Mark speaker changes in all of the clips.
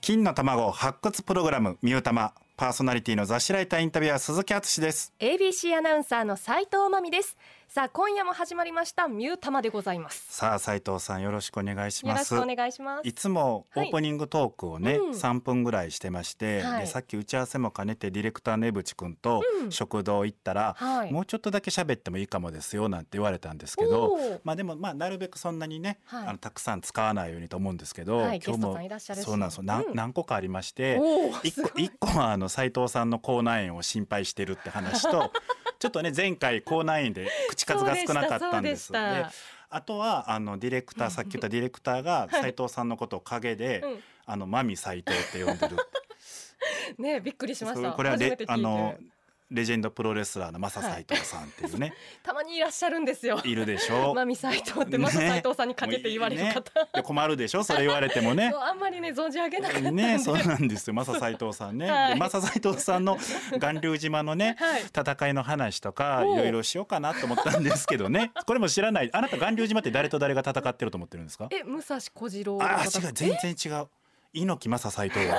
Speaker 1: 金の卵発掘プログラムミュータマパーソナリティの雑誌ライターインタビュアー鈴木敦です
Speaker 2: ABC アナウンサーの斉藤真美ですさあ今夜も始まりましたミュータマでございます
Speaker 1: さあ斉藤さんよろしくお願いし
Speaker 2: よ
Speaker 1: ま
Speaker 2: ろし
Speaker 1: す
Speaker 2: くお願いします
Speaker 1: いつもオ
Speaker 2: はい
Speaker 1: ープニングトークをね、
Speaker 2: うん
Speaker 1: 3分ぐらいしてまして、
Speaker 2: はい
Speaker 1: でさっき打ち合わせも兼ねてディレクターの江淵君と
Speaker 2: うん
Speaker 1: 食堂行ったら、
Speaker 2: はい
Speaker 1: もうちょっとだけ喋ってもいいかもですよなんて言われたんですけ
Speaker 2: お
Speaker 1: ど
Speaker 2: ー
Speaker 1: まあでもまあなるべくそんなにね、
Speaker 2: はい
Speaker 1: あのたくさん使わないようにと思うんですけど、
Speaker 2: はいゲ
Speaker 1: 今
Speaker 2: ス
Speaker 1: 日も
Speaker 2: トさんいらっしゃるし
Speaker 1: そうなんですよ、なん
Speaker 2: うん
Speaker 1: 何個かありまして
Speaker 2: おー
Speaker 1: 一
Speaker 2: す
Speaker 1: 個
Speaker 2: ごい
Speaker 1: 一個はあの斉藤さんの口内炎を心配してるって話 とちょっとね前回口内炎で口数が少なかったんです
Speaker 2: そうでした
Speaker 1: あとはあのディレクターさっき言ったディレクターが
Speaker 2: はい
Speaker 1: 斉藤さんのことを陰で、
Speaker 2: そうでし
Speaker 1: あのマミ斉藤って呼んでる
Speaker 2: たうん、ねびっくりしまし
Speaker 1: そ
Speaker 2: た
Speaker 1: うこれは
Speaker 2: 初
Speaker 1: レ
Speaker 2: めて聞いて
Speaker 1: あのレジェンドプロレスラーのマサ斉藤さんっていうね、
Speaker 2: たまにいらっしゃるんですよ
Speaker 1: い、るでしょ
Speaker 2: まみ斉藤ってまた
Speaker 1: ね
Speaker 2: 斉藤さんにかけて言われる
Speaker 1: もういい
Speaker 2: 方、
Speaker 1: で困るでしょそれ言われてもね
Speaker 2: そうあんまりね存じ上げなかったんで、
Speaker 1: ねそうなんですよマサ斉藤さんね、
Speaker 2: は
Speaker 1: で
Speaker 2: い
Speaker 1: マサ斉藤さんの巌流島のね
Speaker 2: はい
Speaker 1: 戦いの話とか
Speaker 2: おう
Speaker 1: いろいろしようかなと思ったんですけど ねこれも知らないあなた巌流島って誰と誰が戦ってると思ってるんですか
Speaker 2: え武蔵小次郎の
Speaker 1: ああ
Speaker 2: 方
Speaker 1: 違う全然違う猪木正斎藤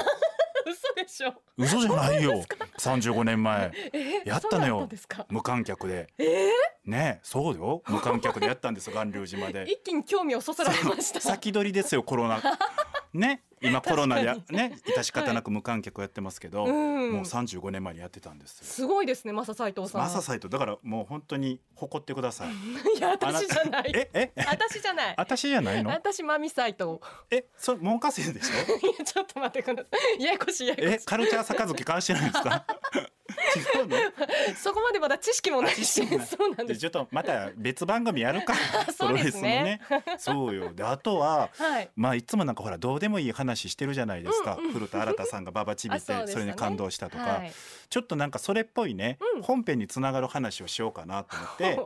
Speaker 2: 嘘でしょ
Speaker 1: 嘘じゃないよ35年前
Speaker 2: え
Speaker 1: やったの
Speaker 2: そうだ
Speaker 1: よ
Speaker 2: んですか
Speaker 1: 無観客で
Speaker 2: えー
Speaker 1: ねそうよ無観客でやったん ですよ巌流島で
Speaker 2: 一気に興味をそそられました
Speaker 1: 先取りですよコロ ナね今コロナで
Speaker 2: 確
Speaker 1: ね致し方なく無観客をやってますけど、
Speaker 2: うん
Speaker 1: もう35年前にやってたんですよ
Speaker 2: すごいですねマサ斉藤さん
Speaker 1: マササイトだからもう本当に誇ってください。
Speaker 2: いや私じゃな
Speaker 1: あ
Speaker 2: い
Speaker 1: たええ
Speaker 2: 私じゃない
Speaker 1: 私じゃないの？
Speaker 2: 私マミサイト
Speaker 1: えそれ文科生でしょ？
Speaker 2: いやちょっと待ってくださいややこしいやや
Speaker 1: え
Speaker 2: こ
Speaker 1: カルチャー杯関してないんですか？違うの？
Speaker 2: しいそこまでまだ知識もないし
Speaker 1: 知識もない
Speaker 2: そうなんで
Speaker 1: ですちょっとまた別番組やるか
Speaker 2: そうですね
Speaker 1: プロレ スのねそうよであとは
Speaker 2: はい
Speaker 1: まあいつもなんかほらどうでもいい話してるじゃないですか、
Speaker 2: うんうん
Speaker 1: 古田新太さんがババチビっ
Speaker 2: あそう
Speaker 1: て
Speaker 2: でし
Speaker 1: そ
Speaker 2: た
Speaker 1: れ
Speaker 2: ね
Speaker 1: に感動したとか、
Speaker 2: はい
Speaker 1: ちょっとなんかそれっぽいね、
Speaker 2: うん
Speaker 1: 本編につながる話をしようかなと思 って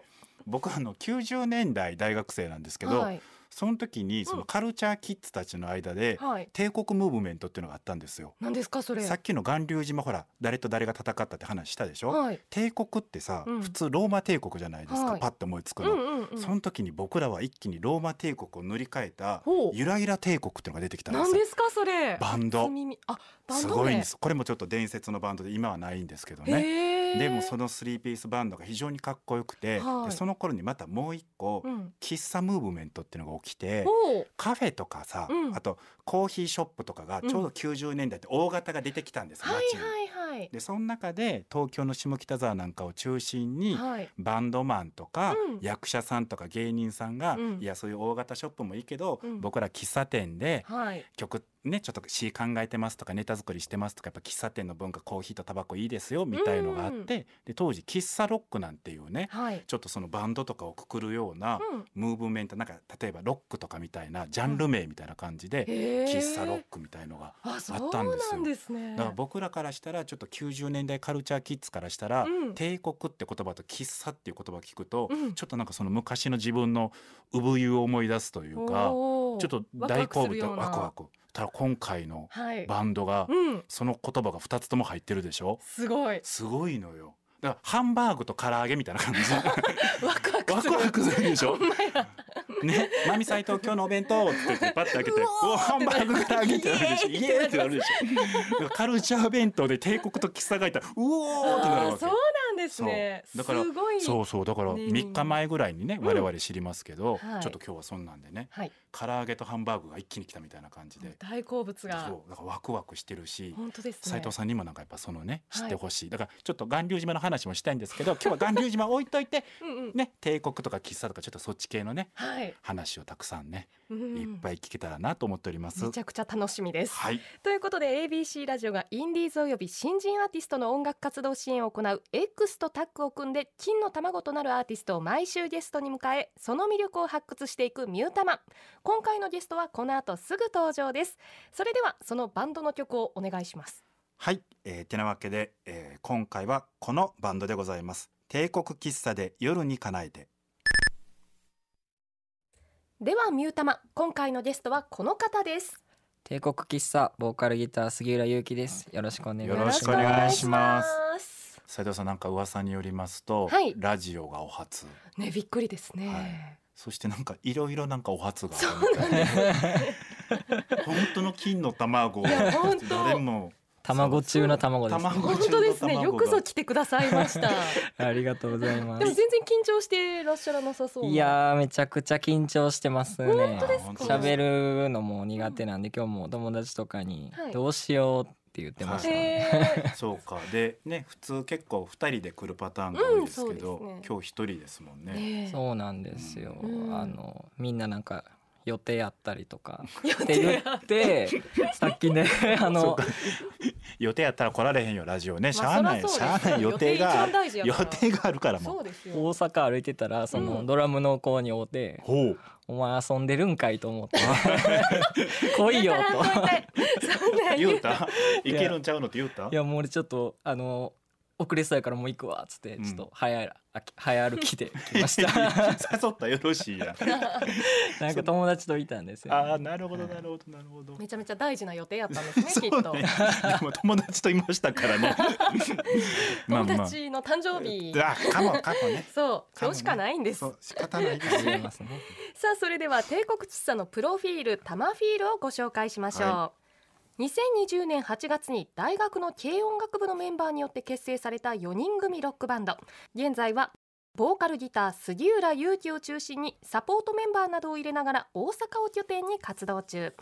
Speaker 1: 僕あの90年代大学生なんですけど、
Speaker 2: はい
Speaker 1: その時にそのカルチャーキッズたちの間で
Speaker 2: はい
Speaker 1: 帝国ムーブメントっていうのがあったんですよ。
Speaker 2: 何ですかそれ
Speaker 1: さっきの巌流島ほら誰と誰が戦ったって話したでしょ、
Speaker 2: はい
Speaker 1: 帝国ってさ、
Speaker 2: うん
Speaker 1: 普通ローマ帝国じゃないですか、
Speaker 2: はい
Speaker 1: パッと思いつく
Speaker 2: うん
Speaker 1: の、
Speaker 2: うんうん
Speaker 1: その時に僕らは一気にローマ帝国を塗り替えた
Speaker 2: ほう
Speaker 1: ゆらゆら帝国っていうのが出てきたんで
Speaker 2: 何
Speaker 1: すよ
Speaker 2: ですかそれ
Speaker 1: バンド
Speaker 2: 初耳あバン
Speaker 1: す
Speaker 2: ド名
Speaker 1: ごいんですこれもちょっと伝説のバンドで今はないんですけどね、
Speaker 2: へー
Speaker 1: でもその3ピースバンドが非常にかっこよくて、
Speaker 2: はい
Speaker 1: でその頃にまたもう一個、
Speaker 2: うん
Speaker 1: 喫茶ムーブメントっていうのが起きて
Speaker 2: ほう
Speaker 1: カフェとかさ、
Speaker 2: うん
Speaker 1: あとコーヒーショップとかがちょうど90年代って大型が出てきたんです、
Speaker 2: はい
Speaker 1: 街に。
Speaker 2: はいはい
Speaker 1: でその中で東京の下北沢なんかを中心に、
Speaker 2: はい
Speaker 1: バンドマンとか、
Speaker 2: うん
Speaker 1: 役者さんとか芸人さんが、
Speaker 2: うん
Speaker 1: いやそういう大型ショップもいいけど、
Speaker 2: うん
Speaker 1: 僕ら喫茶店で
Speaker 2: はい
Speaker 1: 曲ねちょっと詩考えてますとかネタ作りしてますとかやっぱ喫茶店の文化コーヒーとタバコいいですよみたいのがあって、
Speaker 2: うん
Speaker 1: で当時喫茶ロックなんていうね
Speaker 2: はい
Speaker 1: ちょっとそのバンドとかをくくるような
Speaker 2: うん
Speaker 1: ムーブメントなんか例えばロックとかみたいなジャンル名みたいな感じで、
Speaker 2: へー
Speaker 1: 喫茶ロックみたいのがあ
Speaker 2: あ
Speaker 1: ったんですよ
Speaker 2: そうなんですね
Speaker 1: だから僕らからしたらちょっと90年代カルチャーキッズからしたら、
Speaker 2: うん
Speaker 1: 帝国って言葉と喫茶っていう言葉を聞くと、
Speaker 2: うん
Speaker 1: ちょっとなんかその昔の自分の産湯を思い出すというか
Speaker 2: おー
Speaker 1: ちょっと大好
Speaker 2: ワクワクす
Speaker 1: 物
Speaker 2: るような
Speaker 1: ワクワクただ今回の
Speaker 2: はい
Speaker 1: バンドが
Speaker 2: うん
Speaker 1: その言葉が2つとも入ってるでしょ
Speaker 2: すごい
Speaker 1: すごいのよだからハンバーグと唐揚げみたいな 感じ
Speaker 2: ワクワク
Speaker 1: ワ
Speaker 2: す
Speaker 1: ク
Speaker 2: る
Speaker 1: ワクするでしょ
Speaker 2: ほんまや
Speaker 1: ねマミ斎藤今日のお弁当って言ってパッて開けて
Speaker 2: うおー
Speaker 1: おハンバーグ唐揚げってなるでしょ
Speaker 2: イ
Speaker 1: イ
Speaker 2: エ
Speaker 1: エ
Speaker 2: ーイ
Speaker 1: ーイってなるでしょカルチャー弁当で帝国と喫茶がいたらうおーってなる
Speaker 2: あー
Speaker 1: わけ
Speaker 2: そうなんですね
Speaker 1: そうだから
Speaker 2: すごい
Speaker 1: そうそうだから
Speaker 2: ねえ
Speaker 1: 3日前ぐらいにね
Speaker 2: ん
Speaker 1: 我々知りますけど、
Speaker 2: はい
Speaker 1: ちょっと今日はそんなんでね
Speaker 2: はい
Speaker 1: 唐揚げとハンバーグが一気に来たみたいな感じで
Speaker 2: 大好物
Speaker 1: そ
Speaker 2: が
Speaker 1: うだからワクワクしてるし
Speaker 2: 本当ですね
Speaker 1: 斉藤さんにもなんかやっぱそのね
Speaker 2: はい
Speaker 1: 知ってほしい、だからちょっと巌流島の話もしたいんですけ ど今日は巌流島置いといて
Speaker 2: うんうん
Speaker 1: ね帝国とか喫茶とかちょっとそっち系のね
Speaker 2: はい
Speaker 1: 話をたくさんね
Speaker 2: うん
Speaker 1: いっぱい聞けたらなと思っております。
Speaker 2: めちゃくちゃ楽しみです
Speaker 1: はい、
Speaker 2: ということで ABC ラジオがインディーズおよび新人アーティストの音楽活動支援を行う X とタッグを組んで金の卵となるアーティストを毎週ゲストに迎えその魅力を発掘していくミュータマン今回のゲストはこの後すぐ登場ですそれではそのバンドの曲をお願いします
Speaker 1: はい、えー、てなわけで、えー、今回はこのバンドでございます。帝国喫茶で夜に叶えて。
Speaker 2: ではミュータマン今回のゲストはこの方です
Speaker 3: 帝国喫茶ボーカルギター杉浦祐希です。よろしくお願いし
Speaker 1: よ
Speaker 3: ます。
Speaker 1: ろしくお願いします
Speaker 2: よろしくお願いします
Speaker 1: 斉藤さんなんか噂によりますと、
Speaker 2: はい
Speaker 1: ラジオがお初、
Speaker 2: ねびっくりですね、
Speaker 1: はいそしてなんかいろいろなんかお初が
Speaker 2: そ
Speaker 1: あるみたいな。本当の金の卵を
Speaker 2: いや本当
Speaker 1: 誰も
Speaker 3: 卵中の卵です、
Speaker 1: 卵
Speaker 2: 本当ですねよくぞ来てください ました
Speaker 3: ありがとうございま
Speaker 2: でも全
Speaker 3: す
Speaker 2: 然緊張してらっしゃらなさそうない
Speaker 3: やーめちゃくちゃ緊張してますね
Speaker 1: 当ですか
Speaker 3: 喋るのも苦手なんで今日も友達とかに
Speaker 2: はい
Speaker 3: どうしようって言ってましたね、
Speaker 2: え
Speaker 1: そうかでね普通結構二人で来るパターンが多いですけど、
Speaker 2: うんそうですね
Speaker 1: 今日一人ですもん
Speaker 2: ー、
Speaker 1: ね
Speaker 2: ねえ
Speaker 3: そうなんですよ、
Speaker 2: うん
Speaker 3: あのみんななんか予定あったり とか
Speaker 2: 予
Speaker 3: って
Speaker 2: 定
Speaker 3: 言ってさっきねあ
Speaker 1: そ
Speaker 3: の
Speaker 1: うか予定やったら来られへんよラジオね、しゃあ
Speaker 2: ま
Speaker 1: な
Speaker 2: あ
Speaker 1: い
Speaker 2: そ
Speaker 1: し
Speaker 2: ら
Speaker 1: ゃ
Speaker 2: そ
Speaker 1: あ
Speaker 2: うですよ
Speaker 1: ない予定が
Speaker 2: 予定一番大事や
Speaker 1: 予
Speaker 2: から
Speaker 1: 定があるからも
Speaker 2: そううですよ
Speaker 3: 大阪歩いてたらその、
Speaker 2: うん
Speaker 3: ドラムの子に会うて
Speaker 1: ほう
Speaker 3: 「お前遊んでるんかい」と思って「来 いよ」
Speaker 2: だから
Speaker 3: と。
Speaker 2: こうやってそんな
Speaker 1: 言
Speaker 2: ん言
Speaker 1: う
Speaker 2: う
Speaker 1: たいけるんちゃうのって言うた
Speaker 3: いやもう俺ちょっとあの遅れそうやからもう行くわっつって
Speaker 1: うん
Speaker 3: ちょっと早,、あき早歩きで来ま した
Speaker 1: 誘ったらよろしいやん
Speaker 3: なんか友達といたんですよ、
Speaker 1: ああなるほどなるほどなるほど
Speaker 2: めちゃめちゃ大事な予定やったんです
Speaker 1: そ
Speaker 2: ねき
Speaker 1: う
Speaker 2: っと、
Speaker 1: ね でも友達といましたから ね
Speaker 2: 友達の誕生日、
Speaker 1: あかもかもね
Speaker 2: そう
Speaker 1: か
Speaker 2: そ
Speaker 1: もね
Speaker 2: うしかないんです
Speaker 1: そう仕方ないで
Speaker 3: あ
Speaker 1: す
Speaker 3: り
Speaker 1: よ
Speaker 3: ますね
Speaker 2: さあそれでは帝国地さのプロフィールタマフィールをご紹介しましょう、
Speaker 1: は
Speaker 2: 2020年8月に大学の軽音楽部のメンバーによって結成された4人組ロックバンド現在はボーカルギター杉浦優輝を中心にサポートメンバーなどを入れながら大阪を拠点に活動中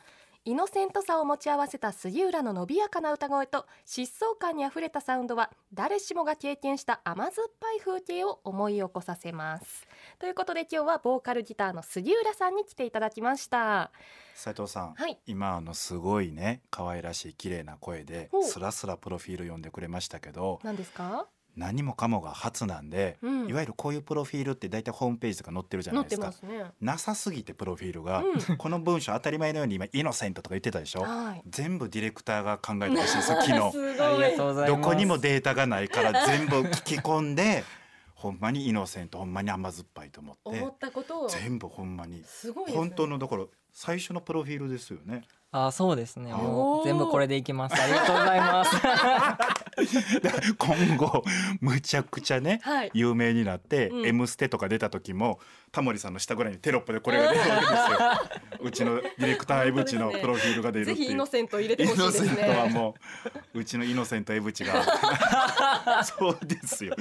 Speaker 2: イノセントさを持ち合わせた杉浦の伸びやかな歌声と疾走感にあふれたサウンドは誰しもが経験した甘酸っぱい風景を思い起こさせますということで今日はボーカルギターの杉浦さんに来ていただきました
Speaker 1: 斉藤さん
Speaker 2: はい
Speaker 1: 今あのすごいね可愛らしい綺麗な声で
Speaker 2: ほう
Speaker 1: スラスラプロフィール読んでくれましたけど
Speaker 2: 何ですか
Speaker 1: 何もかもが初なんで、
Speaker 2: うん
Speaker 1: いわゆるこういうプロフィールって大体ホームページとか載ってるじゃな
Speaker 2: 載
Speaker 1: い
Speaker 2: っ
Speaker 1: で
Speaker 2: て
Speaker 1: す
Speaker 2: ま
Speaker 1: か
Speaker 2: すね
Speaker 1: なさすぎてプロフィールが、
Speaker 2: う
Speaker 1: この文章当たり前のように今「イノセント」とか言ってたでしょ
Speaker 2: はい
Speaker 1: 全部ディレクターが考えてほしいです昨
Speaker 2: す
Speaker 1: 日
Speaker 2: ごい
Speaker 3: ありがとうござい
Speaker 1: ど
Speaker 3: ます
Speaker 1: こにもデータがないから全部聞き込ん でほんまにイノセントほんまに甘酸っぱいと思って
Speaker 2: 思ったことを
Speaker 1: 全部ほんまに
Speaker 2: すごいですね
Speaker 1: 本当のだから最初のプロフィールですよね
Speaker 3: あそうですねも
Speaker 2: おー
Speaker 3: う全部これでいきますありがとうございます
Speaker 1: 今後むちゃくちゃね
Speaker 2: はい
Speaker 1: 有名になって
Speaker 2: う
Speaker 1: 「
Speaker 2: ん
Speaker 1: M ステ」とか出た時もタモリさんの下ぐらいにテロップでこれが出る わけですようちのディレクターエブチのプロフィールが出る
Speaker 2: ぜ
Speaker 1: って
Speaker 2: ひイ
Speaker 1: いう
Speaker 2: ノセント入れて
Speaker 1: イ
Speaker 2: ほし
Speaker 1: ノ
Speaker 2: いです
Speaker 1: セントは
Speaker 2: ね
Speaker 1: もううちのイノセントエブチが そうですよ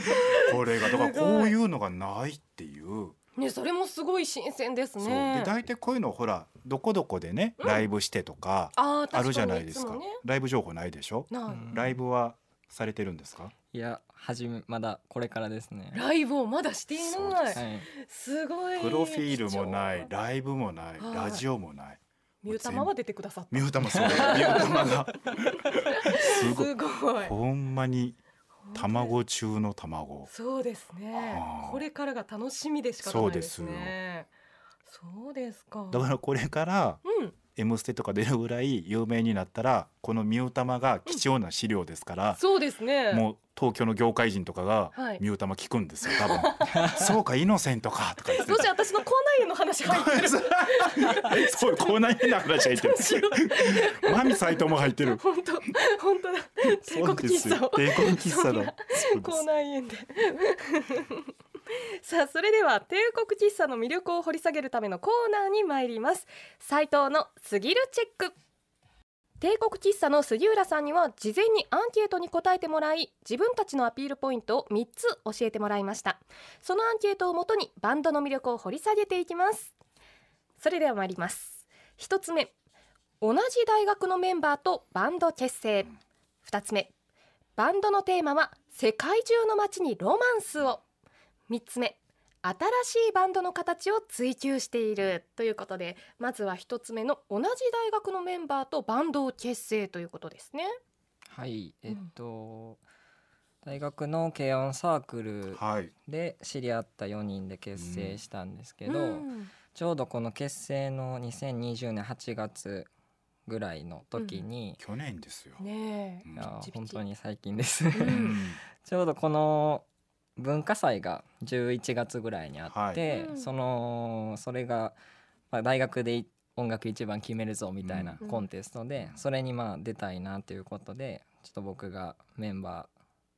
Speaker 1: これがだから
Speaker 2: すごい
Speaker 1: こういうのがないっていう
Speaker 2: ねそれもすごい新鮮です
Speaker 1: そうで
Speaker 2: ね
Speaker 1: 大体こういうのほらどこどこでねライブしてとか
Speaker 2: あー確か
Speaker 1: あ
Speaker 2: に
Speaker 1: るじゃないです
Speaker 2: つ
Speaker 1: か
Speaker 2: もね
Speaker 1: ライブ情報ないでしょ
Speaker 2: な
Speaker 3: うん
Speaker 1: ライブはされてるんですか
Speaker 3: いやはじめまだこれからですね
Speaker 2: いライブをまだしてい
Speaker 1: そう
Speaker 2: な
Speaker 1: で
Speaker 2: い
Speaker 3: はい
Speaker 2: すごい
Speaker 1: プロフィールもない
Speaker 2: 貴重
Speaker 1: ライブもない
Speaker 2: はい
Speaker 1: ラジオもない
Speaker 2: ミュータマは出てくださった
Speaker 1: ミュータマ そうミュータマがすごい
Speaker 2: すごい
Speaker 1: ほんまに卵中の卵
Speaker 2: そうですね
Speaker 1: はあ
Speaker 2: これからが楽しみでしかないですねそうですか
Speaker 1: だからこれから
Speaker 2: うん
Speaker 1: 「M ステ」とか出るぐらい有名になったらこのミュータマが貴重な資料ですから、
Speaker 2: そうですね
Speaker 1: もう東京の業界人とかが
Speaker 2: はい
Speaker 1: ミュータマ聞くんですよ多分 そうかイノセントかとか言って
Speaker 2: もし私の口内炎の話入ってる
Speaker 1: そうこうな変な話入ってる マミサイトも入ってる
Speaker 2: 本当本当だ
Speaker 1: そう
Speaker 2: 帝
Speaker 1: で
Speaker 2: 国
Speaker 1: す
Speaker 2: 喫茶
Speaker 1: よ
Speaker 2: を
Speaker 1: 帝国喫茶
Speaker 2: そん
Speaker 1: だ
Speaker 2: な
Speaker 1: そうで
Speaker 2: 口
Speaker 1: す
Speaker 2: 内炎で さあそれでは帝国喫茶の魅力を掘り下げるためのコーナーに参ります斉藤のすぎるチェック帝国喫茶の杉浦さんには事前にアンケートに答えてもらい自分たちのアピールポイントを3つ教えてもらいましたそのアンケートをもとにバンドの魅力を掘り下げていきますそれでは参ります1つ目同じ大学のメンバーとバンド結成2つ目バンドのテーマは世界中の街にロマンスを3つ目新しいバンドの形を追求しているということでまずは1つ目の同じ大学のメンバーとバンドを結成ということですね。
Speaker 3: はいえっと大学の軽音サークル
Speaker 1: はい
Speaker 3: で知り合った4人で結成したんですけど、
Speaker 2: うん
Speaker 3: ちょうどこの結成の2020年8月ぐらいの時に、
Speaker 1: 去年ですよ、
Speaker 2: ね
Speaker 1: う
Speaker 2: え
Speaker 1: ん
Speaker 3: いや
Speaker 2: ピチピチ
Speaker 3: 本当に最近です、
Speaker 1: うん
Speaker 3: ちょうどこの文化祭が11月ぐらいにあって、
Speaker 2: はい
Speaker 3: そのそれが、まあ、大学で音楽一番決めるぞみたいな
Speaker 2: うん
Speaker 3: コンテストで、それにまあ出たいなということでちょっと僕がメンバ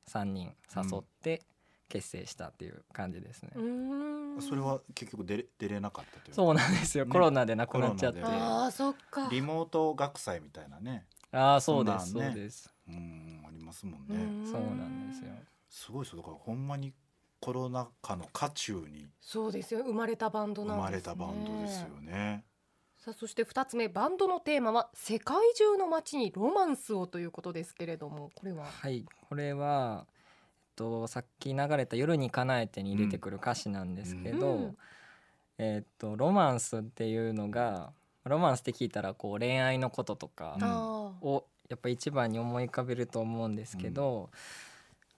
Speaker 3: ー3人誘って結成したっていう感じですね。
Speaker 2: うーん
Speaker 1: それは結局出れ出れなかったという
Speaker 3: そううなんですよ、
Speaker 1: ね
Speaker 3: コロナでなくなっちゃって
Speaker 1: コロナで
Speaker 3: あ
Speaker 2: ああそっか
Speaker 1: リモート学祭みたいなね
Speaker 3: あーそうです
Speaker 1: そ
Speaker 3: そ,、
Speaker 1: んなんね
Speaker 3: うです
Speaker 1: うんありますもん
Speaker 2: う
Speaker 1: ね、
Speaker 2: ー
Speaker 3: そうなんですよ
Speaker 1: すごいですよだからほんまにコロナ禍の渦中に
Speaker 2: そうですよ生まれたバンド
Speaker 1: 生
Speaker 2: なんです、
Speaker 1: ま
Speaker 2: ね、
Speaker 1: れたバンドですよね
Speaker 2: さあそして2つ目バンドのテーマは「世界中の街にロマンスを」ということですけれどもこれは
Speaker 3: はいこれは、えっと、さっき流れた「夜に叶えて」に出てくる歌詞なんですけど、
Speaker 2: うん
Speaker 3: えっとロマンスっていうのがロマンスって聞いたらこう恋愛のこととか
Speaker 1: うん
Speaker 2: ああ
Speaker 3: をやっぱ一番に思い浮かべると思うんですけど、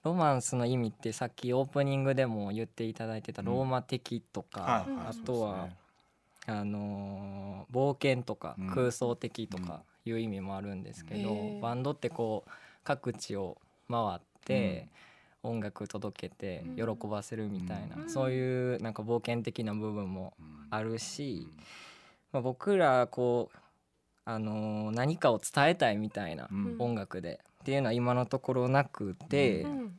Speaker 3: ロマンスの意味ってさっきオープニングでも言っていただいてたローマ的とか、
Speaker 1: はいはいそ
Speaker 3: あ
Speaker 1: うです
Speaker 3: と
Speaker 1: ね
Speaker 3: は、あのー冒険とか
Speaker 1: うん
Speaker 3: 空想的とかいう意味もあるんですけど、
Speaker 2: うんへー
Speaker 3: バンドってこう各地を回って音楽届けて喜
Speaker 2: うん
Speaker 3: ばせるみたいな、
Speaker 2: うん
Speaker 3: そういうなんか冒険的な部分も
Speaker 1: うん
Speaker 3: ある
Speaker 1: う
Speaker 3: し、
Speaker 1: ん
Speaker 3: まあ、僕らこう、あのー何かを伝えたいみたいな
Speaker 1: うん
Speaker 3: 音楽で、っていうのは今のところなくて、
Speaker 1: う
Speaker 2: うん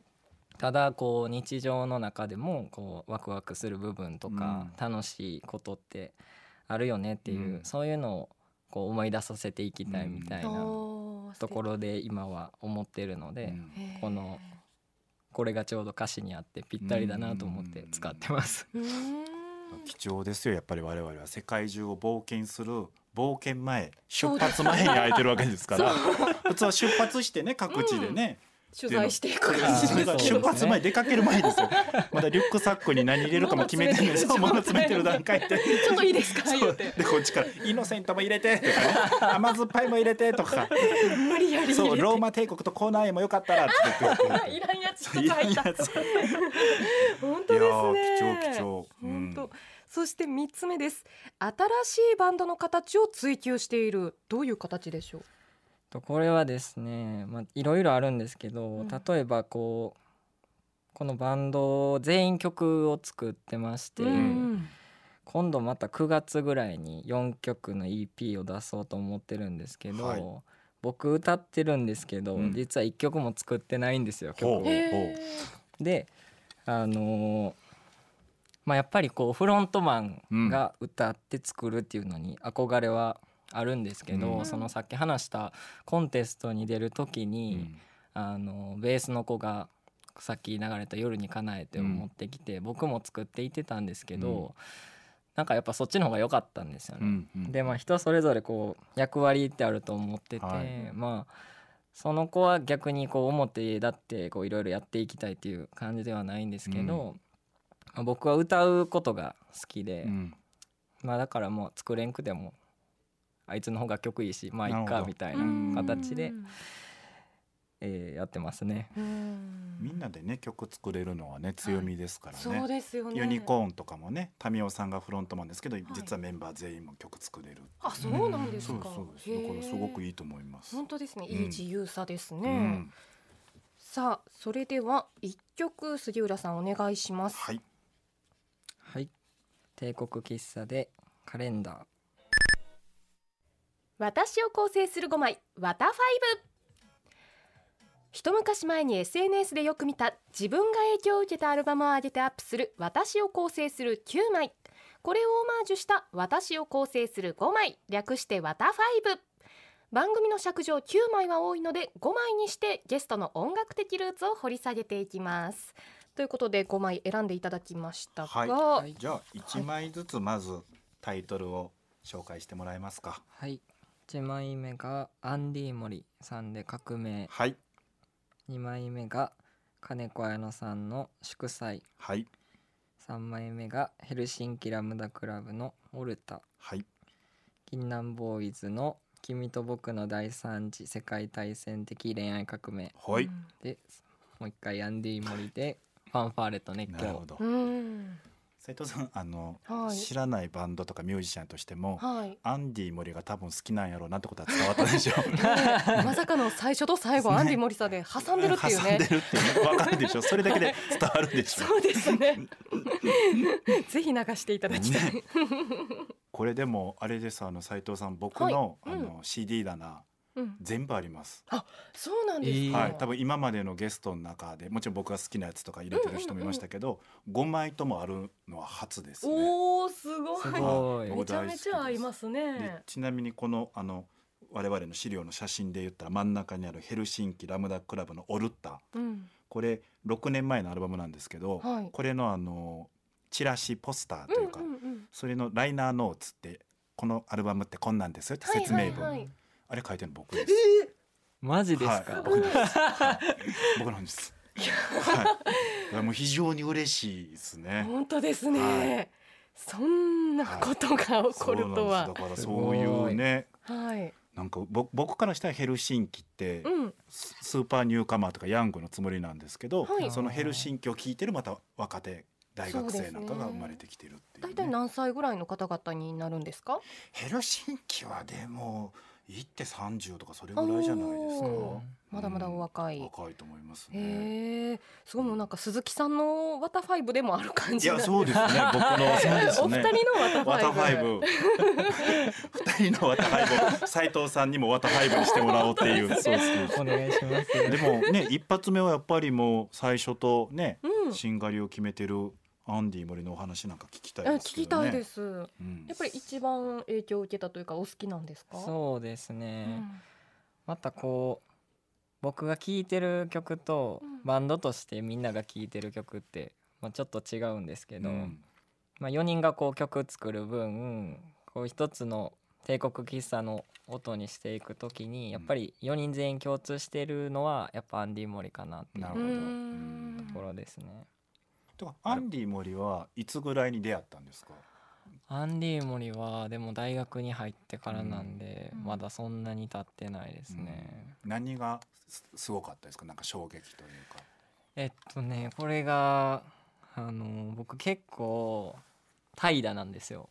Speaker 3: ただこう日常の中でもこうワクワクする部分とか、楽しいことってあるよねっていう、
Speaker 1: うん
Speaker 3: そういうのをこう思い出させていきたいみたい
Speaker 1: うん
Speaker 3: な
Speaker 2: おー素敵
Speaker 3: ところで今は思ってるので、
Speaker 1: うん
Speaker 2: へー
Speaker 3: このこれがちょうど歌詞にあってぴったりだなと思って使ってます。
Speaker 2: うーん
Speaker 1: 貴重ですよやっぱり我々は世界中を冒険する冒険前出発前に空いてるわけですから普通は出発してね各地でね、
Speaker 2: 取材していく
Speaker 3: ん
Speaker 2: 感
Speaker 3: あ
Speaker 2: じ
Speaker 3: ーそうです
Speaker 1: 出
Speaker 3: ね
Speaker 1: 発前出かける前ですよまだリュックサックに何入れるかも決めてないそう物詰めてる段階で
Speaker 2: ちょっといいですか
Speaker 1: そう
Speaker 2: 言うて
Speaker 1: でこっちから「イノセントも入れて」とか、ね「甘酸っぱいも入れて」とか
Speaker 2: 無理
Speaker 1: 「
Speaker 2: や り
Speaker 1: そう
Speaker 2: 入れ
Speaker 1: ローマ帝国とコーナー園もよかったら」って言って
Speaker 2: ていらんや つちょっと入った本当
Speaker 1: い
Speaker 2: で
Speaker 1: や
Speaker 2: すね
Speaker 1: ー貴重貴重、うん
Speaker 2: 本当そして三つ目です新しいバンドの形を追求しているどういう形でしょう
Speaker 3: とこれはですねまあいろいろあるんですけど、
Speaker 2: うん
Speaker 3: 例えばこうこのバンド全員曲を作ってまして、
Speaker 2: うん
Speaker 3: 今度また9月ぐらいに4曲の EP を出そうと思ってるんですけど、
Speaker 1: はい
Speaker 3: 僕歌ってるんですけど、
Speaker 1: うん
Speaker 3: 実は1曲も作ってないんですよ曲
Speaker 1: ほう
Speaker 3: を。
Speaker 2: へ
Speaker 3: であのーまあやっぱりこうフロントマンが歌って作るっていうのに憧れはあるんですけど、
Speaker 1: うん
Speaker 3: そのさっき話したコンテストに出る時
Speaker 1: う
Speaker 3: に、
Speaker 1: ん
Speaker 3: あのベースの子がさっき流れた「夜に叶えて」を
Speaker 1: うん
Speaker 3: 持ってきて、僕も作っていってたんですけど、
Speaker 1: うん
Speaker 3: なんかやっぱそっちの方が良かったんですよ
Speaker 1: う
Speaker 3: ね。
Speaker 1: んうん
Speaker 3: でまあ人それぞれこう役割ってあると思ってて、
Speaker 1: はい
Speaker 3: まあその子は逆にこう表だってこういろいろやっていきたいっていう感じではないんですけど、まあ僕は歌うことが好きで、
Speaker 1: うん
Speaker 3: まあだからもう作れんくてもあいつの方が曲いいしまあいっ
Speaker 1: なるほ
Speaker 3: か
Speaker 1: ど
Speaker 3: みたい
Speaker 2: ー
Speaker 3: な、
Speaker 1: ん
Speaker 3: 形でえーやってますね。
Speaker 2: うん
Speaker 1: みんなでね曲作れるのはね強みですからね、
Speaker 2: そうですよね
Speaker 1: ユニコーンとかもね民生さんがフロントマンですけど、実はメンバー全員も曲作れる
Speaker 2: あそうなんです
Speaker 1: そう
Speaker 2: か
Speaker 1: そうですだからすごく
Speaker 2: い
Speaker 1: いいと思います、
Speaker 2: 本当ですね
Speaker 1: うん
Speaker 2: いい自由さです
Speaker 1: う
Speaker 2: ね、
Speaker 1: ん、
Speaker 2: さあそれでは一曲杉浦さんお願いします
Speaker 1: はい
Speaker 3: はい帝国喫茶でカレンダー
Speaker 2: 私を構成する5枚ワタファイブ一昔前に SNS でよく見た自分が影響を受けたアルバムを上げてアップする私を構成する9枚これをオマージュした私を構成する5枚略してワタファイブ番組の尺上9枚は多いので5枚にしてゲストの音楽的ルーツを掘り下げていきますということで5枚選んでいただきましたが、
Speaker 1: はい
Speaker 3: はい
Speaker 1: じゃあ一枚ずつまずタイトルを紹介してもらえますか
Speaker 3: はい1枚目がアンディ・モリさんで革命
Speaker 1: はい
Speaker 3: 2枚目が金子綾乃さんの祝祭
Speaker 1: はい
Speaker 3: 3枚目がヘルシンキラムダクラブのオルタ
Speaker 1: はい
Speaker 3: 銀南ボーイズの君と僕の第三次世界大戦的恋愛革命
Speaker 1: はい、
Speaker 3: でもう一回アンディ・モリでファンファーレと熱
Speaker 1: なるほ
Speaker 3: 狂
Speaker 1: ど
Speaker 2: うん、うん
Speaker 1: 斉藤さんあの、
Speaker 2: はい
Speaker 1: 知らないバンドとかミュージシャンとしても、
Speaker 2: はい
Speaker 1: アンディ森が多分好きなんやろうなってことは伝わったでしょ
Speaker 2: まさかの最初と 最後、
Speaker 1: ね
Speaker 2: アンディ・モリサで挟んでるってい
Speaker 1: 挟
Speaker 2: う
Speaker 1: んで
Speaker 2: ね。
Speaker 1: るっていうねわかるでしょそれだけで伝わるでしょ
Speaker 2: そうですね。ぜひ流していただきたい。
Speaker 1: これでもあれですあの斉藤さん僕の,、
Speaker 2: はいうん
Speaker 1: あの CD 棚
Speaker 2: うん
Speaker 1: 全部あります、
Speaker 2: そうなんですか。
Speaker 1: はい、多分今までのゲストの中でもちろん僕が好きなやつとか入れてる人もいましたけど、5枚ともあるのは初ですね。
Speaker 2: おおすごい
Speaker 3: すごい
Speaker 1: はい
Speaker 2: めちゃめちゃあります
Speaker 1: で
Speaker 2: ね。
Speaker 1: ちなみにこのあの我々の資料の写真で言ったら真ん中にあるヘルシンキラムダクラブの「オルッタ
Speaker 2: うん」
Speaker 1: これ6年前のアルバムなんですけど、
Speaker 2: はい
Speaker 1: これのあのチラシポスターというか、
Speaker 2: うんうんうん
Speaker 1: それのライナーノーツってこのアルバムってこんなんですよって説明文、
Speaker 2: はいはいはい
Speaker 1: あれ書いてるの僕 です。
Speaker 3: マジです
Speaker 1: は
Speaker 3: か
Speaker 1: い、僕なんです。はい僕なんです。はい。だからもう非常に嬉しいですね。
Speaker 2: 本当ですね、
Speaker 1: はい
Speaker 2: そんなことが起こるとは
Speaker 1: そうなんですだからそういうね、
Speaker 2: はい、
Speaker 1: なんか僕僕からしたらヘルシンキって
Speaker 2: うん、
Speaker 1: ススーパーニューカマーとかヤングのつもりなんですけど、
Speaker 2: はい
Speaker 1: そのヘルシンキを聞いてるまた若手大学生なんかが生まれてきてるっていうね、
Speaker 2: 大体何歳ぐらいの方々になるんですか
Speaker 1: ヘルシンキはでも行って三十とかそれぐらいじゃないですか。
Speaker 2: おーまだまだお若い、
Speaker 1: 若いと思いますね。
Speaker 2: へえすごいもうなんか鈴木さんのワタファイブでもある感
Speaker 1: い
Speaker 2: じな
Speaker 1: やそう ですね。僕のそうですね。
Speaker 2: お二人の
Speaker 1: ワ
Speaker 2: ワタ
Speaker 1: タフ
Speaker 2: ファ
Speaker 1: ァ
Speaker 2: イ
Speaker 1: イ
Speaker 2: ブ
Speaker 1: ブ。二人のワタファイブ。斉藤さんにもワタファイブにしてもらおうって いう。そうです
Speaker 3: お願いします
Speaker 1: ね。でもね、一発目はやっぱりもう最初とね、
Speaker 2: うん
Speaker 1: しんがりを決めてるアンディ森のお話なんか聞きたい
Speaker 2: え
Speaker 1: で
Speaker 2: 聞
Speaker 1: すけ
Speaker 2: き
Speaker 1: ど
Speaker 2: た
Speaker 1: ね。。
Speaker 2: いですす、やっぱり一番影響を受けたというかお好きなんですか
Speaker 3: そうですね、
Speaker 2: うん
Speaker 3: またこう僕が聴いてる曲と
Speaker 2: うん
Speaker 3: バンドとしてみんなが聴いてる曲って、まあ、ちょっと違うんですけど、
Speaker 1: うん
Speaker 3: まあ、4人がこう曲作る分こう一つの帝国喫茶の音にしていくときにやっぱり4人全員共通してるのはやっぱアンディ・モリかなっていう
Speaker 1: なるほ
Speaker 3: と
Speaker 1: ど。
Speaker 2: う
Speaker 1: う
Speaker 2: ーん
Speaker 1: ん
Speaker 3: ころですね。
Speaker 1: とかアンディ森はいつぐらいに出会ったんですか。
Speaker 3: アンディ・モリはでも大学に入ってからなんで、
Speaker 2: うん
Speaker 3: まだそんなに経ってないですね。
Speaker 1: うん何がすすごかったですか。なんか衝撃というか。
Speaker 3: えっとねこれがあの僕結構怠惰なんですよ。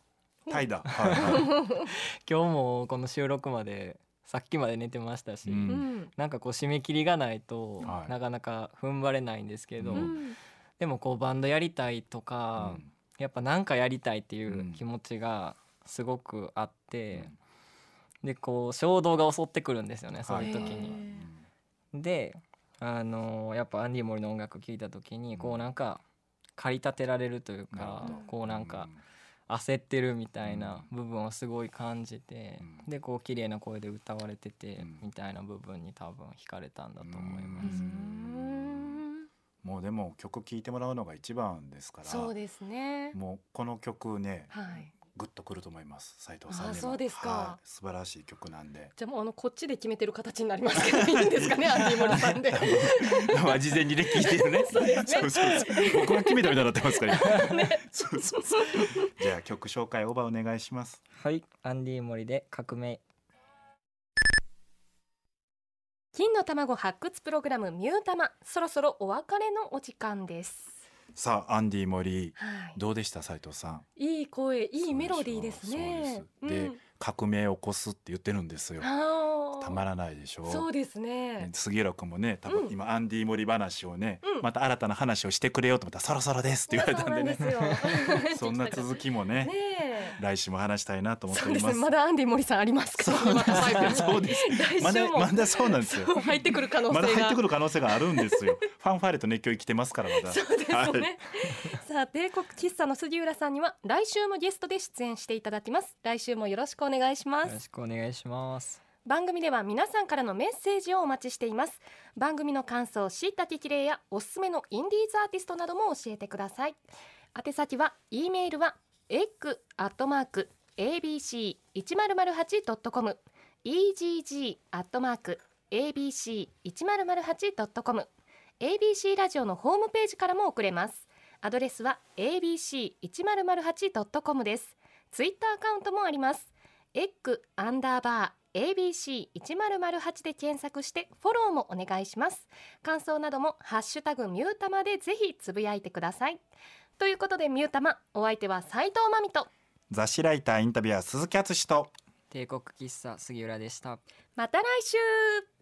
Speaker 1: タ イだ。はいは
Speaker 3: 今日もこの収録までさっきまで寝てましたし、
Speaker 1: う
Speaker 2: うんん
Speaker 3: なんかこう締め切りがないと、
Speaker 1: はい
Speaker 3: なかなか踏ん張れないんですけど、
Speaker 1: う
Speaker 2: うん
Speaker 3: でもこうバンドやりたいと
Speaker 1: い
Speaker 3: か、
Speaker 1: うん
Speaker 3: やっぱなんかやりたいっていううん気持ちがすごくあって、でこう衝動が襲ってくるんですよねそういう時
Speaker 1: は
Speaker 3: に。
Speaker 1: は
Speaker 2: へ
Speaker 3: であのやっぱアンディ・モリの音楽聴いた時にこうなんか駆り立てられるという
Speaker 1: なる
Speaker 3: か
Speaker 1: ほど
Speaker 3: こうなんか
Speaker 1: う
Speaker 3: 焦ってるみたいな部分をすごい感じて、
Speaker 1: うん
Speaker 3: でこう綺麗な声で歌われてて、
Speaker 1: うん
Speaker 3: みたいな部分に多分惹かれたんだと思います。
Speaker 1: うん
Speaker 2: うん
Speaker 1: もうでも曲聴いてもらうのが一番ですから
Speaker 2: そうですね
Speaker 1: もうこの曲ね
Speaker 2: はい
Speaker 1: グッとくると思います斉藤さんに
Speaker 2: あ
Speaker 1: も
Speaker 2: ーそうですか
Speaker 1: はい素晴らしい曲なんで
Speaker 2: じゃあもうあのこっちで決めてる形になりますけどいいんですかねアンディモリさん で。
Speaker 1: まあ事前にね聴いてるねそう
Speaker 2: です
Speaker 1: そう
Speaker 2: ね
Speaker 1: そう僕が決めたみたいになってますから今そうそうそうじゃあ曲紹介オーバーお願いします
Speaker 3: はい、アンディ・モリで革命
Speaker 2: 金の卵発掘プログラムミュータマそろそろお別れのお時間です。
Speaker 1: さあアンディ森
Speaker 2: はい。
Speaker 1: どうでした斉藤さん
Speaker 2: いい声いいメロディーですね。
Speaker 1: そうでしょで革命を起こすって言ってるんですよ
Speaker 2: うん、あ
Speaker 1: たま
Speaker 2: ら
Speaker 1: らないでしょ
Speaker 2: そうです
Speaker 1: ね
Speaker 2: ね。
Speaker 1: 杉浦君もね多分
Speaker 2: うん
Speaker 1: 今アンディ・モリ話をね、
Speaker 2: うん
Speaker 1: また新たな話をしてくれよと思ったら「そろそろです」って言われたんでね
Speaker 2: そうなんですよ
Speaker 1: そんな続きもね
Speaker 2: ねえ。
Speaker 1: 来週も話したいなと思って
Speaker 2: そ
Speaker 1: お
Speaker 2: う
Speaker 1: り
Speaker 2: です
Speaker 1: ま
Speaker 2: ね。
Speaker 1: す。
Speaker 2: まだアンディモリさんありますから。
Speaker 1: そうなんですよ
Speaker 2: まだ
Speaker 1: そうです
Speaker 2: 来
Speaker 1: ま
Speaker 2: 週
Speaker 1: だ
Speaker 2: も
Speaker 1: まだそうなんですよ
Speaker 2: そう入ってくる可能性
Speaker 1: ま
Speaker 2: が。
Speaker 1: だ入ってくる可能性があるんです よ。ファンファーレと熱狂生きてますからまだ。
Speaker 2: そうですね。
Speaker 1: はい
Speaker 2: さあ帝国喫茶の杉浦さんには来週もゲストで出演していただきます。来週もよろしくお願いしま
Speaker 3: よろ
Speaker 2: す。
Speaker 3: しくお願いします。
Speaker 2: 番組では皆さんからのメッセージをお待ちしています。番組の感想、しいたけきれいやおすすめのインディーズアーティストなども教えてください。宛先は E メールは egg アットマーク abc 一0 0 8ドットコム egg アットマーク abc 一0 0 8ドットコム ABC ラジオのホームページからも送れますアドレスは abc1008.com ですツイッターアカウントもありますエッグアンダーバー ABC1008 で検索してフォローもお願いします感想などもハッシュタグミュータマでぜひつぶやいてくださいということでミュータマお相手は斉藤真美と
Speaker 1: 雑誌ライターインタビュアー鈴木敦史と
Speaker 3: 帝国喫茶杉浦でした。
Speaker 2: また来週